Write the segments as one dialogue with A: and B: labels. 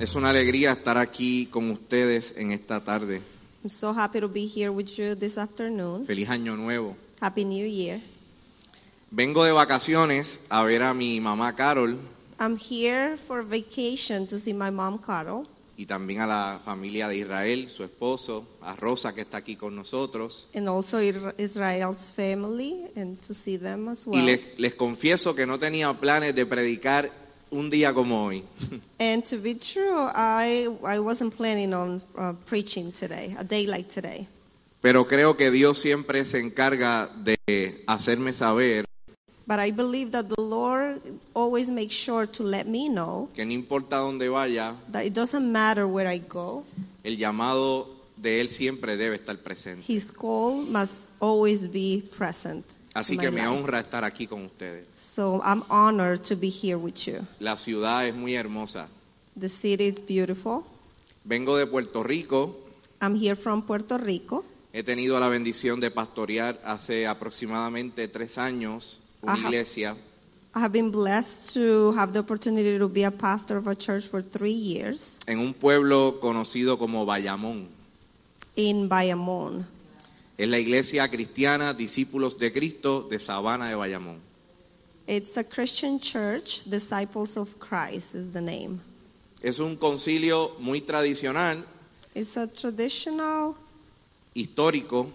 A: Es una alegría estar aquí con ustedes en esta tarde.
B: I'm so happy to be here with you this afternoon.
A: Feliz año nuevo.
B: Happy New Year.
A: Vengo de vacaciones a ver a mi mamá Carol
B: I'm here for vacation to see my mom, Carol,
A: y también a la familia de Israel, su esposo, a Rosa que está aquí con nosotros.
B: and also Ir- Israel's family, and to see them as
A: Y
B: well.
A: les, les confieso que no tenía planes de predicar un día como hoy,
B: And to be true, I, I wasn't planning on uh, preaching today, a day like today.
A: pero creo que Dios siempre se encarga de hacerme saber
B: But I believe that the Lord always makes sure to let me know
A: que no importa dónde vaya,
B: that it doesn't matter where I go,
A: el llamado de Él siempre debe estar presente.
B: His call must always be present. in
A: Así
B: my
A: que me
B: life.
A: honra estar aquí con ustedes.
B: So I'm honored to be here with you.
A: La ciudad es muy hermosa.
B: The city is beautiful.
A: Vengo de Puerto Rico.
B: I'm here from Puerto Rico.
A: He tenido la bendición de pastorear hace aproximadamente tres años una
B: Ajá.
A: iglesia
B: I have been blessed to have the opportunity to be a pastor of a church for three years
A: en un pueblo conocido como Bayamón.
B: in Bayamón.
A: Es la iglesia cristiana Discípulos de Cristo de Sabana de Bayamón.
B: It's a Christian church, Disciples of Christ is the name.
A: Es un concilio muy tradicional,
B: It's a traditional,
A: histórico,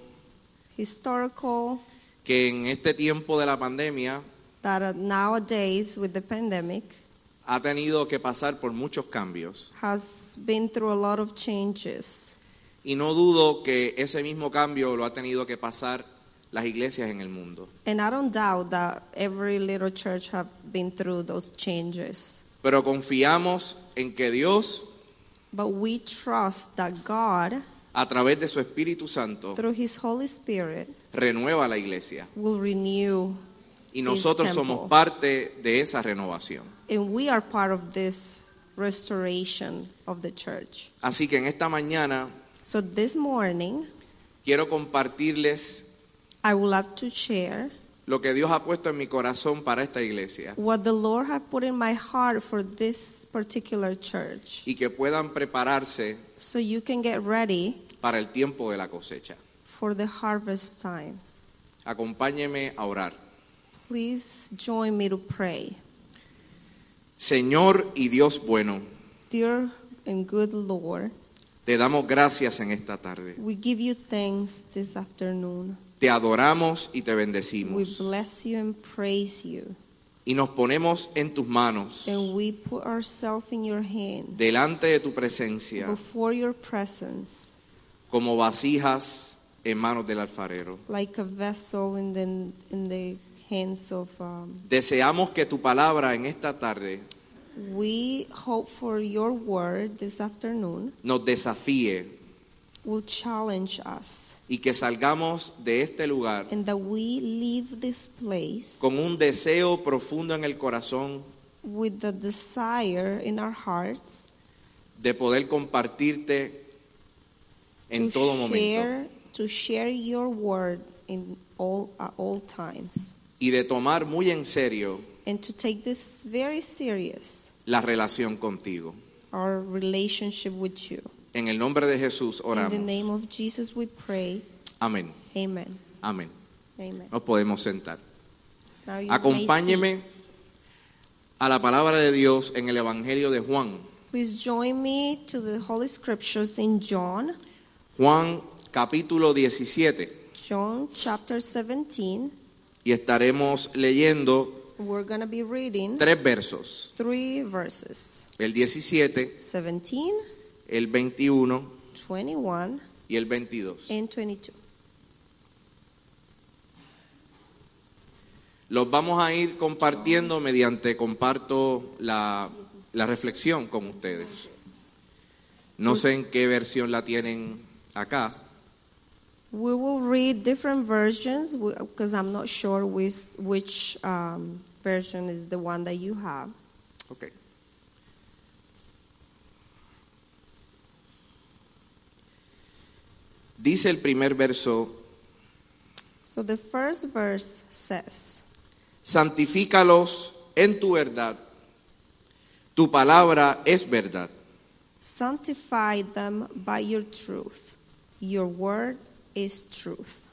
B: historical,
A: que en este tiempo de la pandemia
B: that uh, nowadays with the pandemic
A: ha tenido que pasar por muchos cambios.
B: has been through a lot of changes.
A: Y no dudo que ese mismo cambio lo ha tenido que pasar las iglesias en el mundo.
B: And I don't doubt that every little church have been through those changes.
A: Pero confiamos en que Dios,
B: But we trust that God,
A: a través de su Espíritu Santo,
B: through His Holy Spirit,
A: renueva la iglesia.
B: will renew,
A: Y nosotros
B: This temple.
A: somos parte de esa renovación.
B: and we are part of this restoration of the church.
A: Así que en esta mañana
B: So this morning,
A: quiero compartirles
B: I would love to share
A: lo que Dios ha puesto en mi corazón para esta iglesia
B: what the Lord had put in my heart for this particular church,
A: y que puedan prepararse
B: so you can get ready
A: para el tiempo de la cosecha.
B: for the harvest times.
A: Acompáñeme a orar.
B: Please join me to pray.
A: Señor y Dios bueno,
B: Dear and good Lord,
A: te damos gracias en esta tarde.
B: we give you thanks this afternoon.
A: Te adoramos y te
B: We
A: bendecimos.
B: bless you and praise you.
A: Y nos ponemos en tus manos.
B: And we put ourselves in your hand
A: delante de tu presencia
B: before your presence,
A: como vasijas en manos del alfarero.
B: like a vessel in the, in the hands of. Um,
A: Deseamos que tu palabra en esta tarde
B: we hope for your word this afternoon
A: nos desafíe
B: will challenge us
A: y que salgamos de este lugar
B: and that we leave this place
A: con un deseo profundo en el corazón
B: with the desire in our hearts
A: de poder compartirte en
B: to
A: todo momento
B: share to share your word in all at all times
A: y de tomar muy en serio
B: and to take this very serious
A: la relación contigo.
B: our relationship with you.
A: En el nombre de Jesús
B: In the name
A: oramos.
B: of Jesus we pray.
A: Amén.
B: Amen.
A: Amén.
B: Amen.
A: Nos podemos sentar.
B: Now you may
A: Acompáñeme a la palabra de Dios en el Evangelio de Juan.
B: see. Please join me to the Holy Scriptures in John,
A: Juan capítulo 17.
B: John chapter 17.
A: Y estaremos leyendo
B: We're going to be reading
A: tres versos.
B: three verses.
A: El 17,
B: 17,
A: el 21
B: 21,
A: y el 22.
B: and 22.
A: Los vamos a ir compartiendo mediante comparto la, la reflexión con ustedes. No sé en qué versión la tienen acá.
B: We will read different versions because I'm not sure which, which um, version is the one that you have.
A: Ok. Dice el primer verso,
B: So the first verse says,
A: santifícalos en tu verdad, tu palabra es verdad.
B: Sanctify them by your truth. Your word is truth.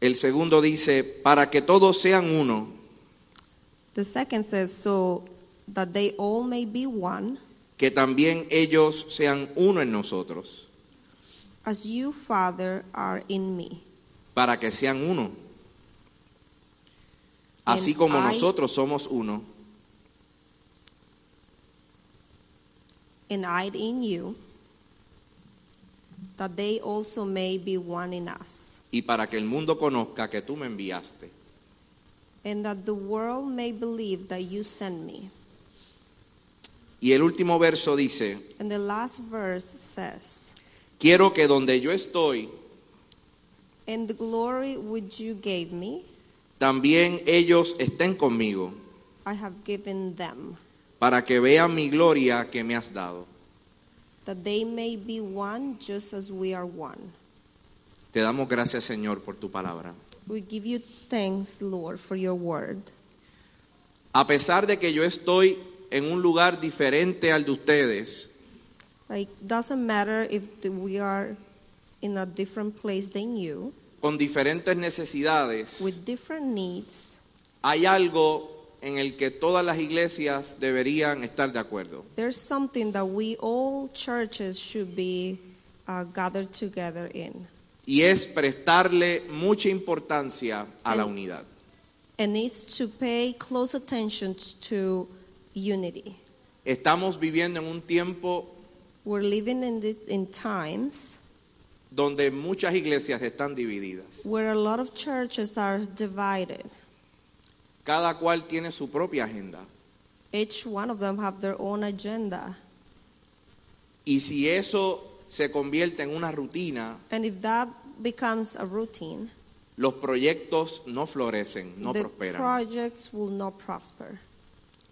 A: El segundo dice, para que todos sean uno,
B: The second says, So that they all may be one,
A: que también ellos sean uno en nosotros,
B: as you, Father, are in me.
A: para que sean uno. Así
B: And
A: como
B: I-
A: nosotros somos uno,
B: and I in you, that they also may be one in us,
A: y para que el mundo conozca que tú me enviaste.
B: and that the world may believe that you sent me.
A: Y el último verso dice,
B: And the last verse says,
A: quiero que donde yo estoy,
B: And the glory which you gave me,
A: también ellos estén conmigo,
B: I have given them,
A: para que vean mi gloria que me has dado.
B: that they may be one just as we are one.
A: Te damos gracias, Señor, por tu palabra.
B: We give you thanks, Lord, for your word.
A: A pesar de que yo estoy en un lugar diferente al de ustedes,
B: Like, doesn't matter if the- we are in a different place than you,
A: con diferentes necesidades,
B: with different needs,
A: hay algo en el que todas las iglesias deberían estar de acuerdo.
B: there's something that we all churches should be uh, gathered together in.
A: Y es prestarle mucha importancia a la unidad.
B: And it's to pay close attention to unity.
A: Estamos viviendo en un tiempo
B: We're living in, the, in times
A: donde muchas iglesias están divididas.
B: where a lot of churches are divided.
A: Cada cual tiene su propia agenda.
B: Each one of them have their own agenda.
A: Y si eso se convierte en una rutina,
B: And if that becomes a routine,
A: los proyectos no florecen, no
B: the
A: prosperan.
B: projects will not prosper.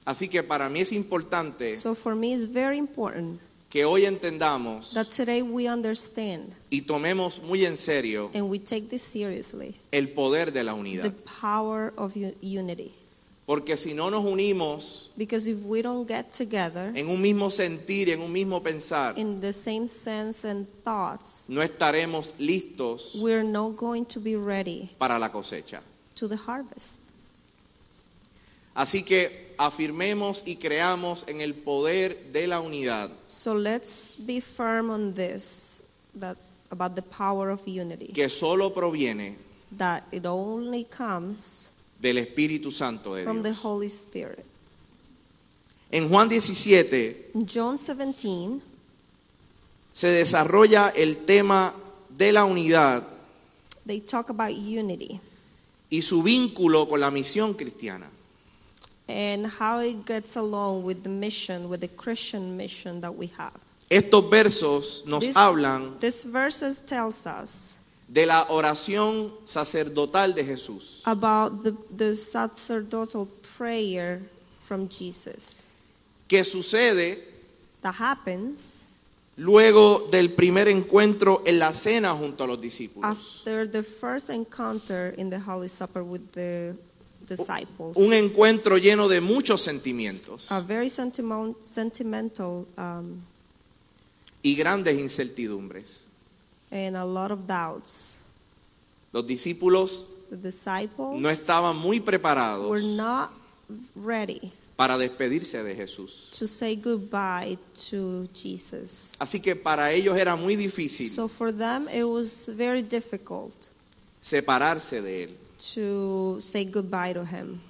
A: Así que para mí es importante
B: So for me, it's very important
A: que hoy entendamos
B: that today we understand
A: y tomemos muy en serio
B: and we take this seriously
A: el poder de la
B: the
A: unidad.
B: power of u- unity.
A: Porque si no nos unimos
B: Because if we don't get together
A: en un mismo sentir, en un mismo pensar,
B: in the same sense and thoughts,
A: no estaremos listos
B: we're not going to be ready
A: para la cosecha.
B: to the harvest.
A: Así que afirmemos y creamos en el poder de la unidad
B: So let's be firm on this that about the power of unity
A: que solo proviene
B: that it only comes
A: del Espíritu Santo de
B: from the
A: Dios.
B: Holy Spirit.
A: En Juan 17
B: In John 17
A: se desarrolla el tema de la unidad
B: they talk about unity
A: y su vínculo con la misión cristiana.
B: and how it gets along with the mission, with the Christian mission that we have.
A: Estos versos nos
B: This-
A: hablan
B: This verses tells us
A: de la oración sacerdotal de Jesús.
B: about the, the sacerdotal prayer from Jesus
A: que sucede
B: that happens
A: luego del primer encuentro en la cena junto a los discípulos.
B: after the first encounter in the Holy Supper with the disciples.
A: Un encuentro lleno de muchos sentimientos
B: A very sentimental, sentimental um,
A: y grandes incertidumbres.
B: and a lot of doubts.
A: Los discípulos
B: The disciples
A: no estaban muy
B: were
A: preparados
B: not ready
A: para despedirse de Jesús.
B: to say goodbye to Jesus.
A: Así que para ellos era muy difícil
B: So for them, it was very difficult
A: separarse de Él.
B: to say goodbye to him.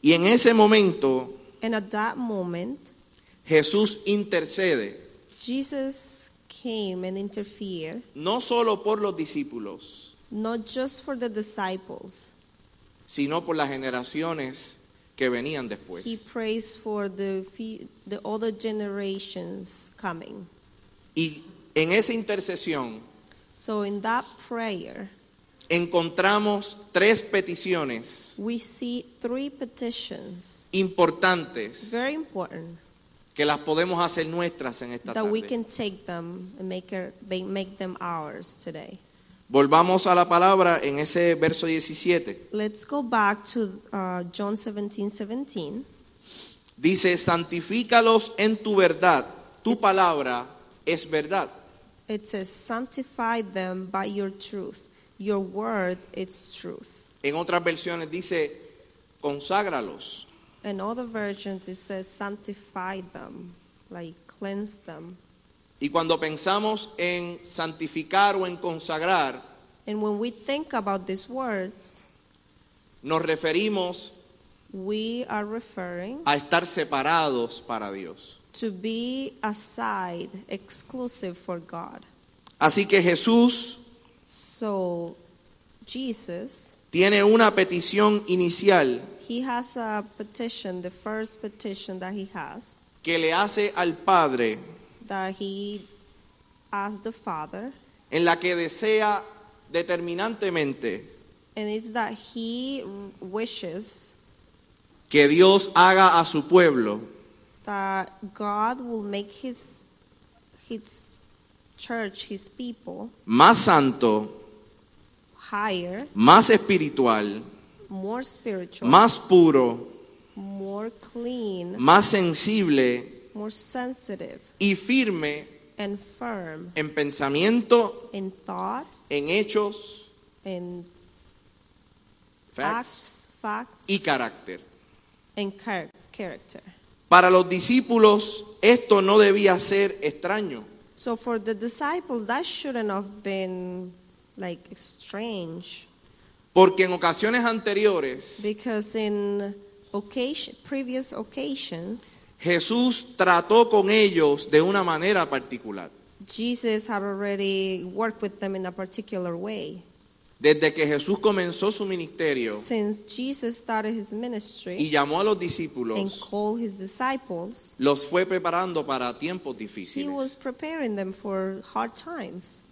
A: Y en ese momento
B: And at that moment,
A: Jesús intercede,
B: Jesus came and interfered,
A: no solo por los discípulos,
B: not just for the disciples,
A: sino por las generaciones que venían
B: he
A: después.
B: prays for the, fe- the other generations coming.
A: Y en esa intercesión
B: So in that prayer,
A: encontramos tres peticiones
B: we see three petitions,
A: importantes
B: very important,
A: que las podemos hacer nuestras en esta
B: that we
A: tarde.
B: can take them and make, her, make them ours today.
A: Volvamos a la palabra en ese verso 17.
B: Let's go back to uh, John 17 17.
A: Dice, santifícalos en tu verdad, tu palabra es verdad.
B: It says, Sanctify them by your truth. Your word is truth.
A: En otras versiones dice, conságralos.
B: In other versions, it says, Sanctify them, like cleanse them.
A: Y cuando pensamos en santificar o en consagrar,
B: And when we think about these words,
A: nos referimos
B: we are referring
A: a estar separados para Dios.
B: to be aside, exclusive for God.
A: Así que Jesús
B: So, Jesus,
A: tiene una petición inicial
B: he has a petition, the first petition that he has,
A: que le hace al Padre
B: that he asked the Father,
A: en la que desea determinantemente
B: and it's that he wishes
A: que Dios haga a su pueblo
B: that God will make his, his church, his people,
A: más santo,
B: higher,
A: más espiritual,
B: more spiritual,
A: más puro,
B: more clean,
A: más sensible
B: more sensitive,
A: y firme
B: and firm
A: en pensamiento,
B: in thoughts,
A: en hechos,
B: in
A: facts, E-
B: acts, facts,
A: y carácter.
B: and char- character.
A: Para los discípulos esto no debía ser extraño.
B: So for the disciples, that shouldn't have been like strange,
A: Porque en ocasiones anteriores
B: because in occasion, previous occasions,
A: Jesús trató con ellos de una manera particular.
B: Jesus had already worked with them in a particular way.
A: Desde que Jesús comenzó su ministerio
B: Since Jesus started his
A: y
B: ministry
A: llamó a los
B: and
A: discípulos,
B: called his disciples,
A: los fue preparando para tiempos
B: he was
A: difíciles.
B: preparing them for hard times.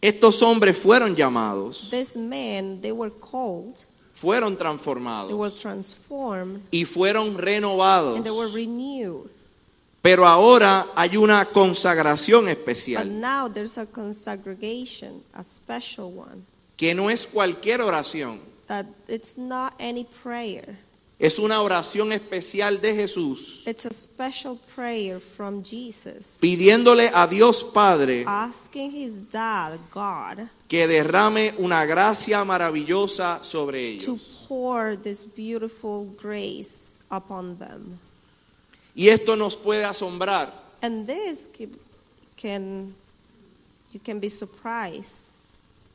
A: Estos hombres fueron llamados,
B: These men, they were called,
A: fueron
B: they were
A: transformados
B: transformed,
A: y fueron
B: and they were
A: renovados.
B: renewed.
A: Pero ahora hay una consagración
B: But
A: especial,
B: now there's a consagration, a special one,
A: que no es cualquier oración,
B: that it's not any prayer.
A: es una oración especial de Jesús,
B: It's a special prayer from Jesus,
A: pidiéndole a Dios Padre
B: asking his dad, God,
A: que derrame una gracia maravillosa sobre
B: to
A: ellos.
B: pour this beautiful grace upon them.
A: Y esto nos puede asombrar,
B: And this can, can you can be surprised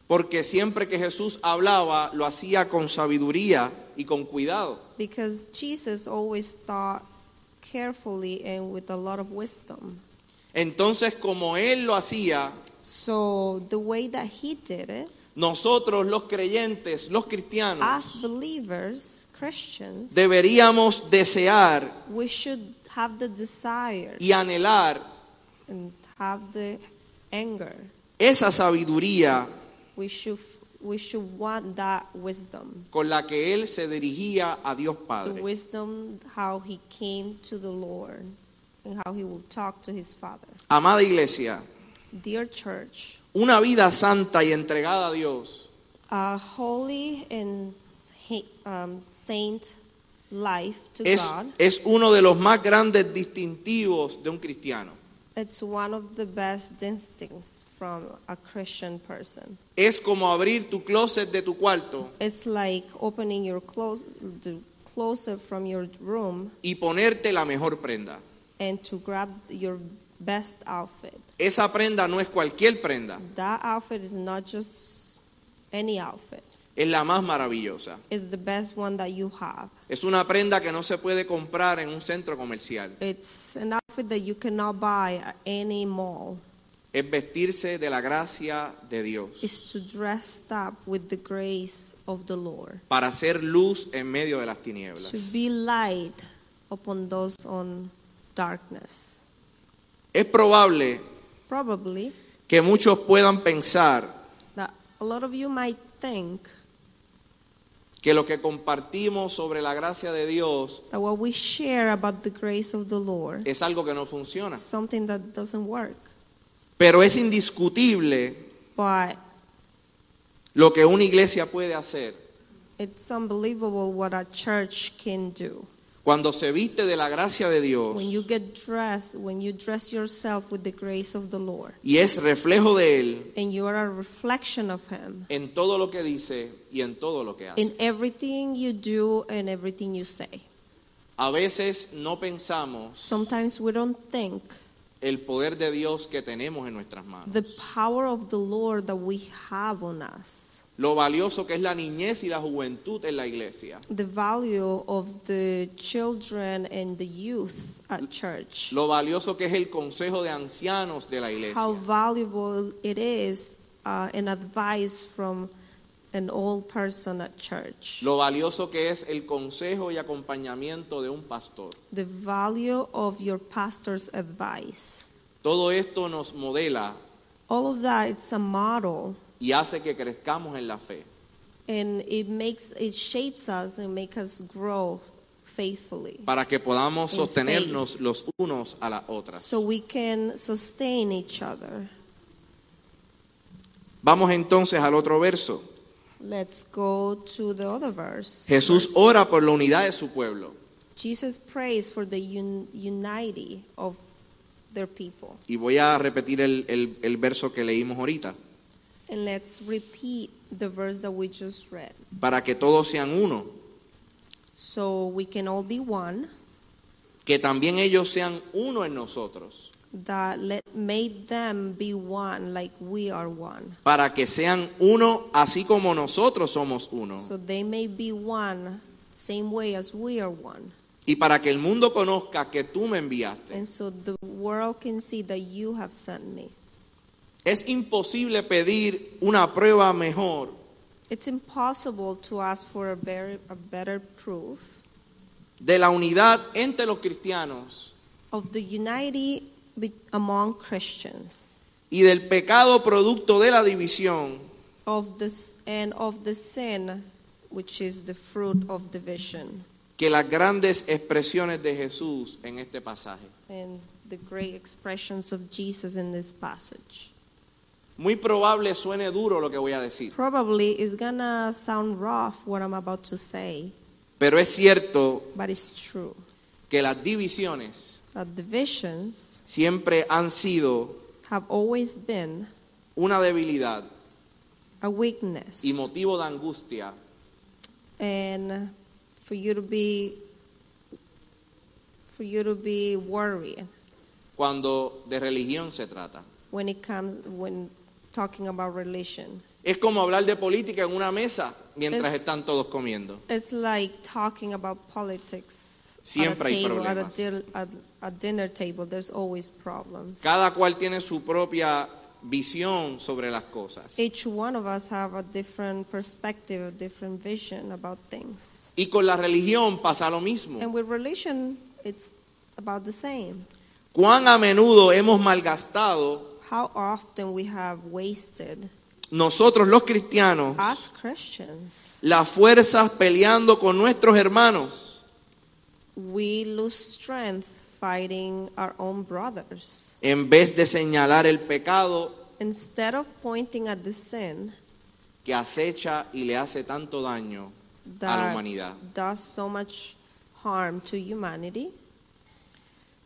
A: porque siempre que Jesús hablaba, lo hacía con sabiduría y con cuidado.
B: because Jesus always thought carefully and with a lot of wisdom.
A: Entonces, como Él lo hacía,
B: So the way that he did it,
A: nosotros los creyentes, los cristianos,
B: as believers, Christians,
A: deberíamos desear
B: we should have the desire
A: y anhelar
B: and have the anger.
A: esa sabiduría
B: We should we should want that wisdom.
A: con la que Él se dirigía a Dios
B: the
A: Padre.
B: wisdom how he came to the Lord and how he will talk to his father.
A: Amada iglesia,
B: Dear church,
A: una vida santa y entregada a Dios
B: a holy and ha- um, saint life to
A: es,
B: God,
A: es uno de los más grandes distintivos de un cristiano.
B: it's one of the best instincts from a Christian person.
A: Es como abrir tu closet de tu cuarto
B: It's like opening your clothes, the closet from your room
A: y ponerte la mejor prenda.
B: and to grab your best outfit.
A: Esa prenda no es cualquier prenda,
B: That outfit is not just any outfit.
A: es la más maravillosa.
B: is the best one that you have.
A: Es una prenda que no se puede comprar en un centro comercial.
B: It's an outfit that you cannot buy at any mall.
A: Es vestirse de la gracia de Dios
B: It's to dress up with the grace of the Lord,
A: para hacer luz en medio de las
B: to
A: tinieblas.
B: be light upon those on darkness.
A: Es probable
B: Probably
A: que muchos puedan pensar
B: that a lot of you might think
A: que lo que compartimos sobre la gracia de Dios
B: that what we share about the grace of the Lord
A: es algo que no funciona.
B: is something that doesn't work.
A: Pero es indiscutible
B: But
A: lo que una iglesia puede hacer
B: it's unbelievable what a church can do
A: Cuando se viste de la gracia de Dios
B: When you get dressed, when you dress yourself with the grace of the Lord,
A: y es reflejo de Él
B: and you are a reflection of Him
A: en todo lo que dice y en todo lo que hace.
B: in everything you do and everything you say.
A: A veces no pensamos
B: Sometimes we don't think
A: el poder de Dios que tenemos en nuestras manos,
B: the power of the Lord that we have on us,
A: lo valioso que es la niñez y la juventud en la iglesia,
B: the value of the children and the youth at church,
A: lo valioso que es el consejo de ancianos de la
B: how
A: iglesia.
B: valuable it is uh, an advice from an old person at church.
A: Lo valioso que es el consejo y acompañamiento de un pastor.
B: the value of your pastor's advice.
A: Todo esto nos modela
B: All of that it's a model
A: y hace que crezcamos en la fe.
B: and it makes it shapes us and makes us grow faithfully
A: para que podamos
B: En
A: sostenernos los unos a las otras.
B: so we can sustain each other.
A: Vamos entonces al otro verso.
B: Let's go to the other verse.
A: Jesús oh. ora por la unidad de su pueblo
B: Jesus prays for the un- unity of their people.
A: y voy a repetir el, el- el verso que leímos ahorita,
B: And let's repeat the verse that we just read.
A: para que todos sean uno,
B: So we can all be one,
A: que también ellos sean uno en nosotros,
B: that let made them be one like we are one.
A: para que sean uno así como nosotros somos uno,
B: So they may be one, same way as we are one.
A: y para que el mundo conozca que tú me enviaste.
B: And so the world can see that you have sent me.
A: Es imposible pedir una prueba mejor
B: It's impossible to ask for a better, a better proof
A: de la unidad entre los cristianos
B: of the unity be- among Christians,
A: y del pecado producto de la división
B: of this and of the sin, which is the fruit of division,
A: que las grandes expresiones de Jesús en este pasaje.
B: and the great expressions of Jesus in this passage.
A: Muy probable suene duro lo que voy a decir,
B: Probably it's gonna sound rough what I'm about to say,
A: pero es cierto
B: but it's true.
A: que las divisiones
B: that divisions
A: siempre han sido
B: have always been
A: una debilidad
B: a weakness
A: y motivo de angustia
B: and for you to be for you to be worried
A: cuando de religión se trata.
B: when it comes when talking about religion
A: Es como hablar de política en una mesa mientras
B: Es-
A: están todos comiendo.
B: it's like talking about politics
A: Siempre
B: at a
A: hay
B: table at a,
A: problemas.
B: dil- at a dinner table there's always problems
A: Cada cual tiene su propia visión sobre las cosas.
B: each one of us have a different perspective a different vision about things
A: Y con la religión pasa lo mismo.
B: and with religion it's about the same
A: cuán a menudo hemos malgastado
B: how often we have wasted
A: nosotros los cristianos
B: us Christians.
A: las fuerzas peleando con nuestros hermanos
B: We lose strength fighting our own brothers.
A: en vez de señalar el pecado
B: Instead of pointing at the sin
A: que acecha y le hace tanto daño a la
B: that
A: humanidad.
B: does so much harm to humanity,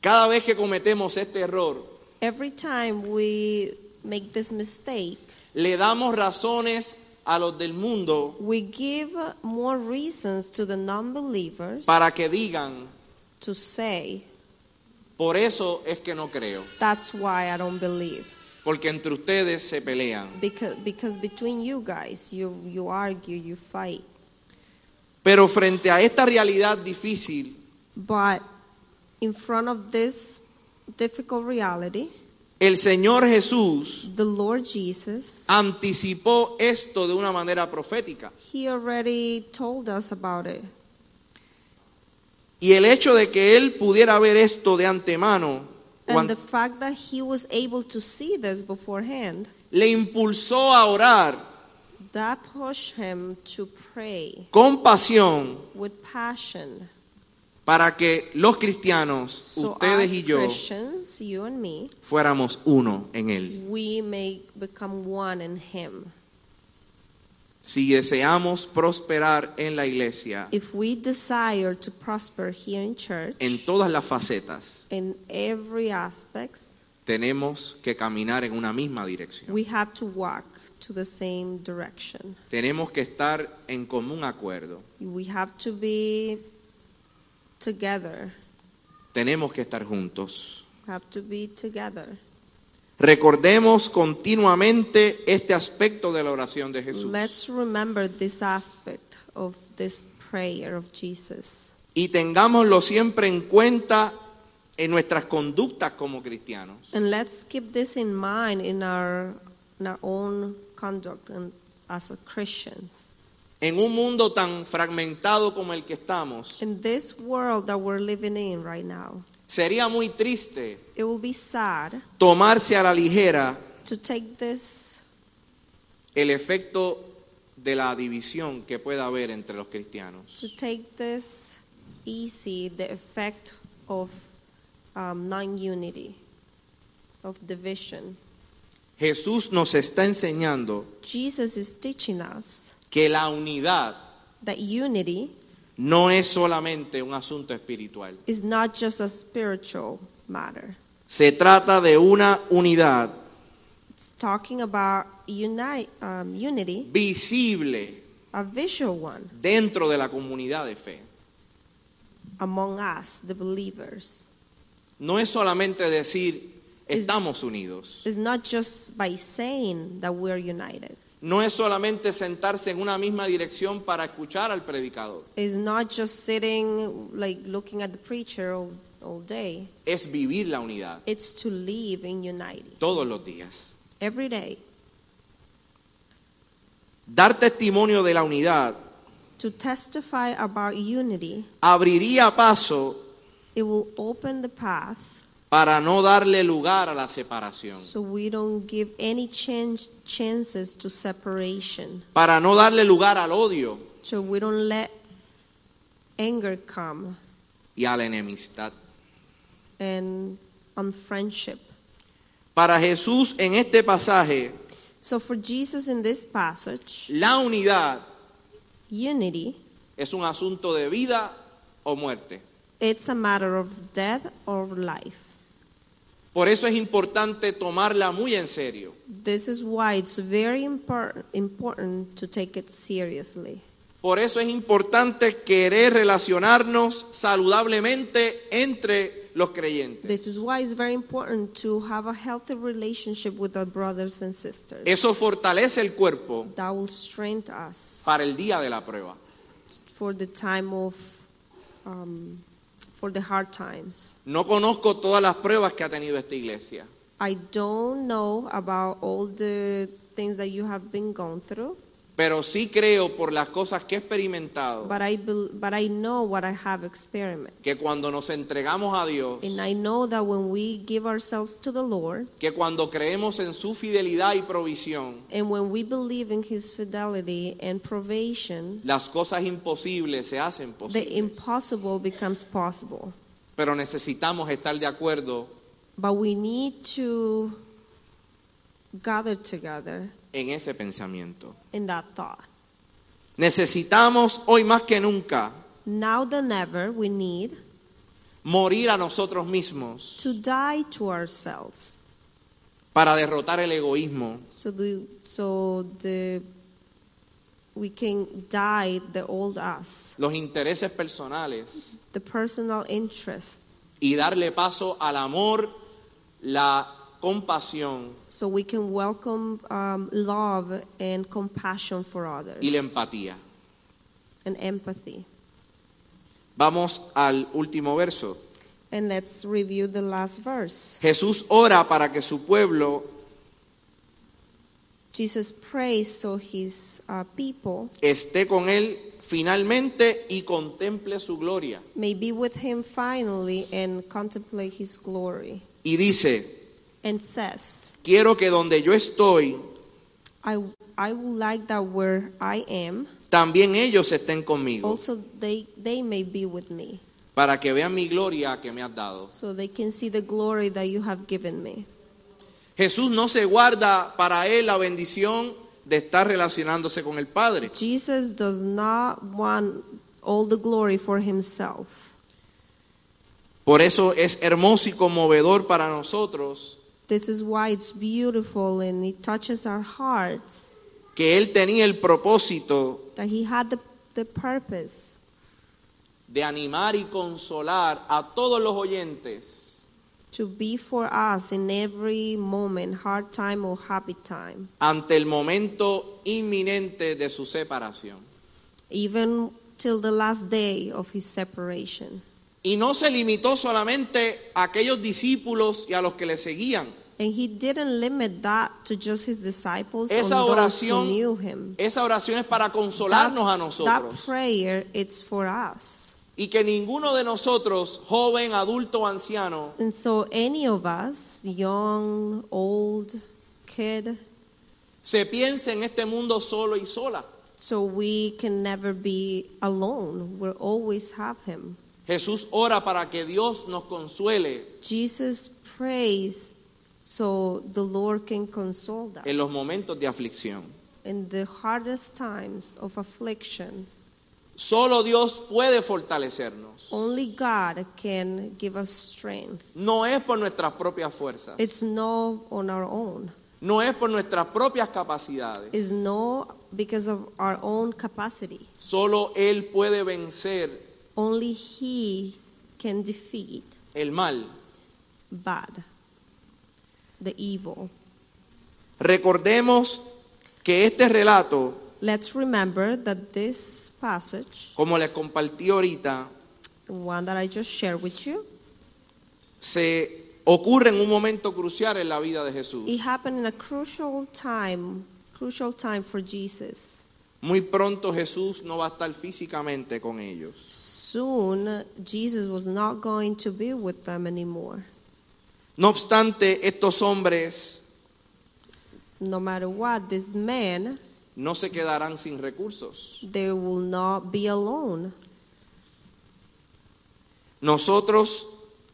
A: Cada vez que cometemos este error,
B: every time we make this mistake,
A: le damos razones a los del mundo
B: we give more reasons to the non believers
A: para que digan,
B: to say,
A: por eso es que no creo,
B: That's why I don't believe.
A: porque entre ustedes se pelean.
B: Because, because between you guys, you, you argue, you fight.
A: Pero frente a esta realidad difícil,
B: But in front of this difficult reality,
A: el Señor Jesús
B: the Lord Jesus,
A: anticipó esto de una manera profética.
B: He already told us about it.
A: Y el hecho de que él pudiera ver esto de antemano
B: And
A: cuan-
B: the fact that He was able to see this beforehand,
A: le impulsó a orar
B: that pushed Him to pray
A: con pasión
B: with passion.
A: para que los cristianos,
B: So,
A: ustedes
B: as
A: y yo,
B: Christians, you and me,
A: fuéramos uno en él.
B: we may become one in Him.
A: Si deseamos prosperar en la iglesia,
B: If we desire to prosper here in church
A: en todas las facetas,
B: in every aspects,
A: tenemos que caminar en una misma dirección.
B: we have to walk to the same direction.
A: Tenemos que estar en común acuerdo.
B: We have to be together.
A: Tenemos que estar juntos.
B: We have to be together.
A: Recordemos continuamente este aspecto de la oración de Jesús.
B: Let's remember this aspect of this prayer of Jesus
A: y tengámoslo siempre en cuenta en nuestras conductas como cristianos.
B: and let's keep this in mind in our in our own conduct and as a Christians.
A: En un mundo tan fragmentado como el que estamos,
B: In this world that we're living in right now,
A: sería muy triste
B: it will be sad
A: tomarse a la ligera
B: to take this
A: el efecto de la división que pueda haber entre los cristianos.
B: to take this easy the effect of um, non-unity of division
A: Jesús nos está enseñando
B: jesus is teaching us
A: que la unidad
B: that unity
A: no es solamente un asunto espiritual.
B: is not just a spiritual matter
A: Se trata de una unidad
B: it's talking about unite, um, unity
A: visible
B: a visual one
A: dentro de la comunidad de fe.
B: among us the believers
A: No es solamente decir estamos unidos.
B: it's not just by saying that we're united
A: No es solamente sentarse en una misma dirección para escuchar al predicador.
B: it's not just sitting like looking at the preacher all, all day
A: Es vivir la unidad
B: It's to live in unity
A: todos los días.
B: every day,
A: Dar testimonio de la unidad
B: to testify about unity.
A: abriría paso
B: It will open the path
A: para no darle lugar a la separación,
B: so we don't give any change, chances to separation,
A: para no darle lugar al odio
B: so we don't let anger come
A: y a la enemistad.
B: and unfriendship.
A: Para Jesús en este pasaje,
B: So for Jesus in this passage,
A: la unidad
B: unity
A: es un asunto de vida o muerte.
B: it's a matter of death or life.
A: Por eso es importante tomarla muy en serio.
B: This is why it's very important important to take it seriously.
A: Por eso es importante querer relacionarnos saludablemente entre los creyentes.
B: This is why it's very important to have a healthy relationship with our brothers and sisters.
A: Eso fortalece el cuerpo
B: that will strengthen us
A: para el día de la prueba.
B: for the time of, um, for the hard times.
A: No conozco todas las pruebas que ha tenido esta iglesia,
B: I don't know about all the things that you have been going through,
A: pero sí creo por las cosas que he experimentado
B: but I bel but I know what I have experienced,
A: que cuando nos entregamos a Dios,
B: and I know that when we give ourselves to the Lord
A: que cuando creemos en su fidelidad y provisión,
B: and when we believe in His fidelity and provision,
A: las cosas imposibles se hacen
B: the
A: posibles.
B: impossible becomes possible.
A: Pero necesitamos estar de acuerdo
B: But we need to gather together
A: en ese pensamiento.
B: in that thought.
A: Necesitamos hoy más que nunca
B: Now than ever, we need
A: morir a nosotros mismos
B: to die to ourselves
A: para derrotar el egoísmo,
B: so the, so the we can die the old us,
A: los intereses personales
B: the personal interests,
A: y darle paso al amor, la compasión
B: so we can welcome um, love and compassion for others
A: y la empatía.
B: and empathy.
A: Vamos al último verso.
B: And let's review the last verse.
A: Jesús ora para que su pueblo
B: Jesus prays so his uh, people
A: esté con él finalmente y contemple su gloria.
B: may be with him finally and contemplate his glory.
A: Y dice,
B: And says,
A: quiero que donde yo estoy,
B: I, I would like that where I am,
A: también ellos estén conmigo,
B: also they, they may be with me,
A: para que vean mi gloria que me has dado.
B: so they can see the glory that you have given me.
A: Jesús no se guarda para él la bendición de estar relacionándose con el Padre.
B: Jesus does not want all the glory for himself.
A: Por eso es hermoso y conmovedor para nosotros
B: This is why it's beautiful and it touches our hearts
A: que Él tenía el propósito
B: that he had the, the purpose
A: de animar y consolar a todos los oyentes,
B: to be for us in every moment, hard time or happy time,
A: ante el momento inminente de su separación.
B: even till the last day of his separation.
A: Y no se limitó solamente a aquellos discípulos y a los que le seguían.
B: And he didn't limit that to just his disciples or
A: Esa
B: those who
A: oración-
B: knew him.
A: Esa oración es para consolarnos a
B: that
A: nosotros.
B: prayer, it's for us.
A: Y que ninguno de nosotros, joven, adulto o anciano,
B: And so any of us, young, old, kid,
A: se piense en este mundo solo y sola.
B: so we can never be alone. We'll always have him.
A: Jesús ora para que Dios nos consuele
B: Jesus prays so the Lord can console us
A: en los momentos de aflicción.
B: in the hardest times of affliction.
A: Solo Dios puede fortalecernos.
B: Only God can give us strength.
A: No es por nuestras propias fuerzas,
B: It's not on our own.
A: no es por nuestras propias capacidades.
B: It's not because of our own capacity.
A: Solo Él puede vencer
B: Only He can defeat
A: el mal.
B: bad, the evil.
A: Recordemos que este relato,
B: Let's remember that this passage,
A: como les compartí ahorita,
B: the one that I just shared with you,
A: se ocurre en un momento crucial en la vida de Jesús.
B: it happened in a crucial time, crucial time for Jesus.
A: Muy pronto Jesús no va a estar físicamente con ellos.
B: Soon, Jesus was not going to be with them anymore.
A: No obstante, estos hombres
B: No matter what, these men,
A: no se quedarán sin recursos.
B: they will not be alone.
A: Nosotros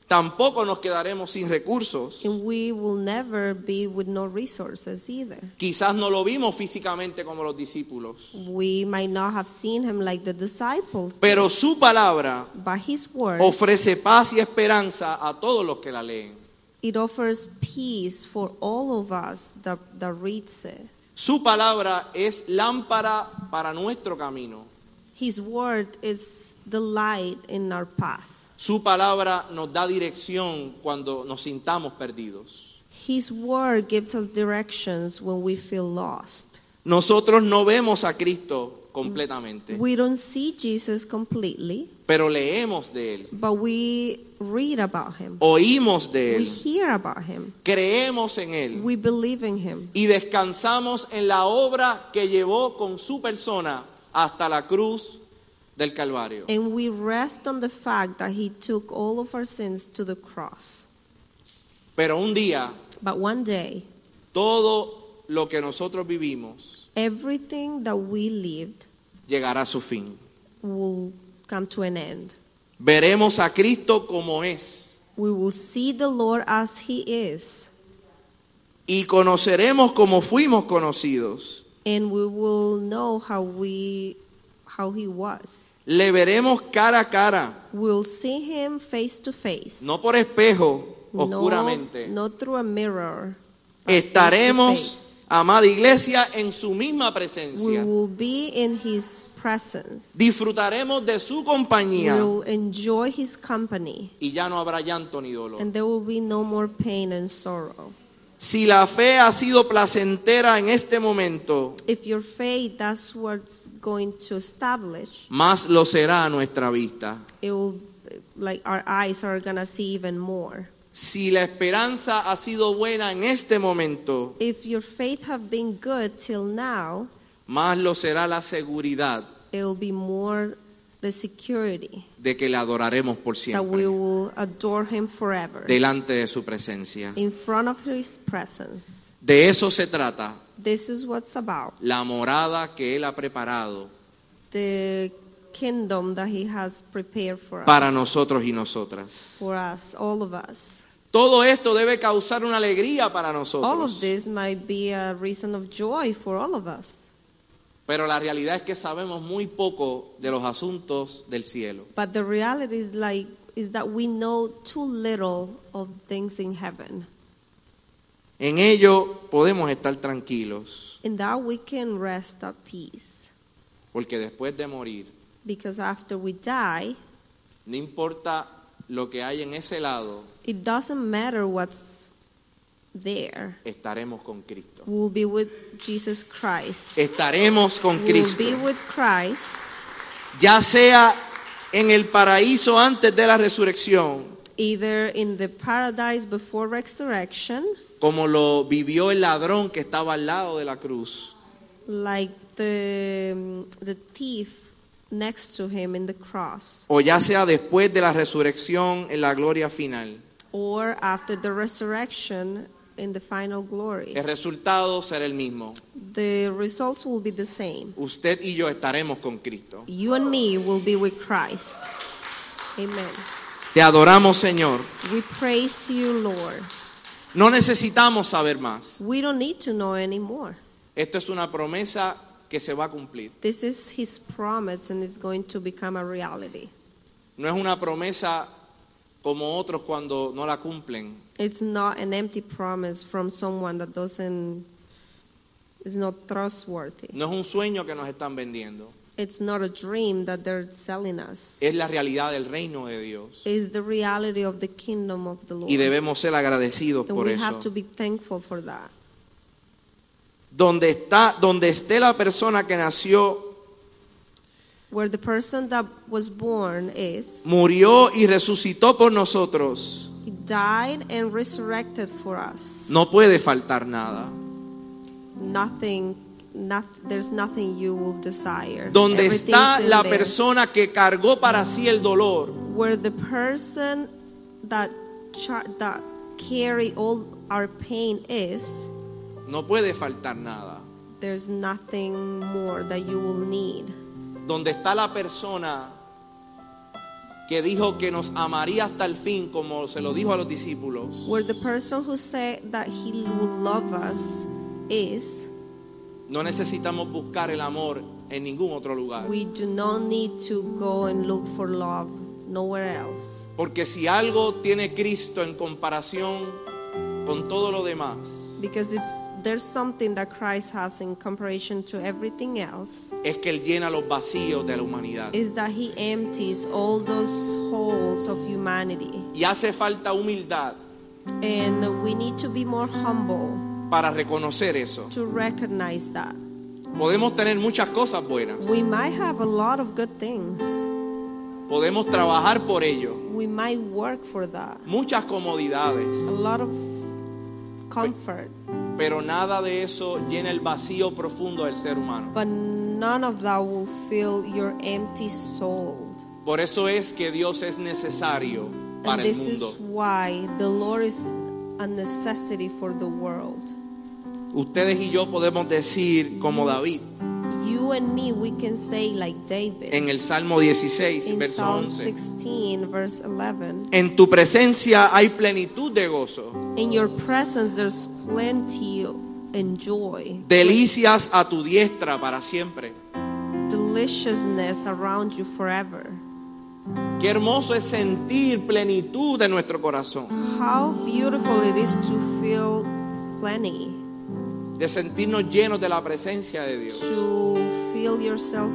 A: tampoco nos quedaremos sin recursos.
B: And we will never be with no resources either.
A: Quizás no lo vimos físicamente como los discípulos,
B: We might not have seen him like the disciples,
A: pero su palabra
B: but his word,
A: ofrece paz y esperanza a todos los que la leen.
B: it offers peace for all of us that, that reads it.
A: Su palabra es lámpara para nuestro camino.
B: His word is the light in our path.
A: Su palabra nos da dirección cuando nos sintamos perdidos.
B: His word gives us directions when we feel lost.
A: Nosotros no vemos a Cristo completamente,
B: We don't see Jesus completely,
A: pero leemos de Él,
B: but we read about him.
A: oímos de
B: We
A: Él,
B: hear about him.
A: creemos en Él
B: We believe in him.
A: y descansamos en la obra que llevó con su persona hasta la cruz del Calvario.
B: And we rest on the fact that he took all of our sins to the cross.
A: Pero un día,
B: But one day,
A: todo lo que nosotros vivimos
B: everything that we lived
A: llegará a su fin.
B: will come to an end.
A: Veremos a Cristo como es
B: We will see the Lord as he is,
A: y conoceremos como fuimos conocidos.
B: and we will know how we how he was.
A: Le veremos cara a cara,
B: We'll see him face to face.
A: no por espejo,
B: no,
A: oscuramente.
B: not through a mirror. but face to
A: Estaremos,
B: face.
A: amada iglesia, en su misma
B: We
A: presencia.
B: will be in his presence.
A: Disfrutaremos de su compañía
B: We'll enjoy his company.
A: y ya no habrá llanto ni dolor.
B: and there will be no more pain and sorrow.
A: Si la fe ha sido placentera en este momento,
B: If your faith, that's what's going to establish,
A: más lo será a nuestra vista.
B: it will, like our eyes are gonna see even more.
A: Si la esperanza ha sido buena en este momento,
B: If your faith have been good till now,
A: más lo será la seguridad
B: it will be more the security
A: de que le adoraremos por
B: that we
A: siempre
B: will adore Him forever
A: delante de su presencia.
B: in front of His presence.
A: De eso se trata
B: This is what's about
A: la morada que Él ha preparado
B: the kingdom that He has prepared for
A: para
B: us,
A: nosotros y nosotras.
B: for us, all of us.
A: Todo esto debe causar una alegría para
B: All of
A: nosotros.
B: this might be a reason of joy for all of us.
A: Pero la realidad es que sabemos muy poco de los asuntos del cielo.
B: But the reality is like is that we know too little of things in heaven.
A: En ello podemos estar tranquilos,
B: In that we can rest at peace.
A: porque después de morir,
B: Because after we die,
A: no importa lo que hay en ese lado,
B: it doesn't matter what's there.
A: estaremos con Cristo.
B: We'll be with Jesus Christ.
A: Estaremos con
B: We'll
A: Cristo.
B: be with Christ,
A: Ya sea en el paraíso antes de la resurrección,
B: either in the paradise before resurrection,
A: como lo vivió el ladrón que estaba al lado de la cruz,
B: like the, um, the thief next to him in the cross,
A: o ya sea después de la resurrección en la gloria final.
B: or after the resurrection in the final glory.
A: El resultado será el mismo.
B: The results will be the same.
A: Usted y yo estaremos con Cristo.
B: You and me will be with Christ. Amen.
A: Te adoramos, Señor.
B: We praise you, Lord.
A: No necesitamos saber más.
B: We don't need to know anymore.
A: Esto es una promesa que se va a cumplir.
B: This is his promise and it's going to become a reality.
A: No es una promesa como otros cuando no la cumplen.
B: It's not an empty promise from someone that doesn't is not trustworthy.
A: No es un sueño que nos están vendiendo.
B: It's not a dream that they're selling us.
A: Es la realidad del reino de Dios.
B: It's the reality of the kingdom of the Lord.
A: Y debemos ser agradecidos
B: and
A: por
B: we have
A: eso.
B: to be thankful for that.
A: Donde, está, donde esté la persona que nació,
B: Where the person that was born is,
A: murió y resucitó por nosotros,
B: he died and resurrected for us.
A: no puede faltar nada.
B: Nothing not, there's nothing you will desire.
A: Donde
B: Everything's
A: está
B: in
A: la
B: there.
A: persona que cargó para sí el dolor,
B: where the person that char- that carry all our pain is
A: no puede faltar nada.
B: there's nothing more that you will need
A: donde está la persona que dijo que nos amaría hasta el fin, como se lo dijo a los discípulos,
B: where the person who said that he will love us is
A: no necesitamos buscar el amor en ningún otro lugar.
B: we do not need to go and look for love nowhere else
A: Porque si algo tiene Cristo en comparación con todo lo demás,
B: because if s- there's something that Christ has in comparison to everything else
A: es que Él llena los vacíos de la humanidad.
B: is that he empties all those holes of humanity
A: Y hace falta humildad
B: and we need to be more humble
A: para reconocer eso.
B: to recognize that.
A: Podemos tener muchas cosas buenas,
B: We might have a lot of good things.
A: podemos trabajar por ello,
B: We might work for that.
A: muchas comodidades.
B: A lot of comfort.
A: Pero nada de eso llena el vacío profundo del ser humano.
B: But none of that will fill your empty soul.
A: Por eso es que Dios es necesario
B: And
A: para el
B: this is
A: mundo.
B: why the Lord is a necessity for the world.
A: Ustedes y yo podemos decir como David
B: You and me, we can say, like David
A: en el Salmo 16,
B: in
A: verso
B: Psalm
A: 11.
B: 16, verse 11
A: En tu presencia hay plenitud de gozo,
B: In your presence, there's plenty and joy.
A: delicias a tu diestra para siempre.
B: deliciousness around you forever.
A: Qué hermoso es sentir plenitud de nuestro corazón,
B: How beautiful it is to feel plenty,
A: de sentirnos llenos de la presencia de Dios.
B: to feel yourself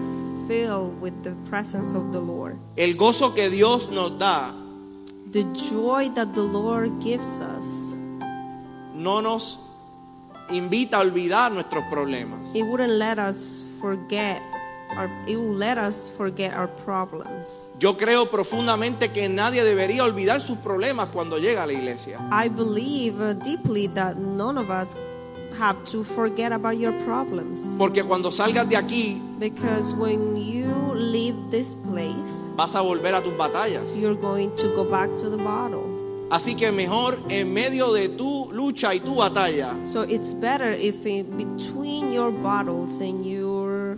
B: filled with the presence of the Lord.
A: El gozo que Dios nos da
B: The joy that the Lord gives us,
A: no nos invita a olvidar nuestros problemas.
B: it wouldn't let us forget our it will let us forget our problems.
A: Yo creo profundamente que nadie debería olvidar sus problemas cuando llega a la iglesia.
B: I believe uh, deeply that none of us have to forget about your problems
A: Porque cuando salgas de aquí
B: because when you leave this place
A: vas a volver a tus batallas.
B: you're going to go back to the bottle.
A: Así que mejor en medio de tu lucha y tu batalla,
B: So it's better if in between your bottles and your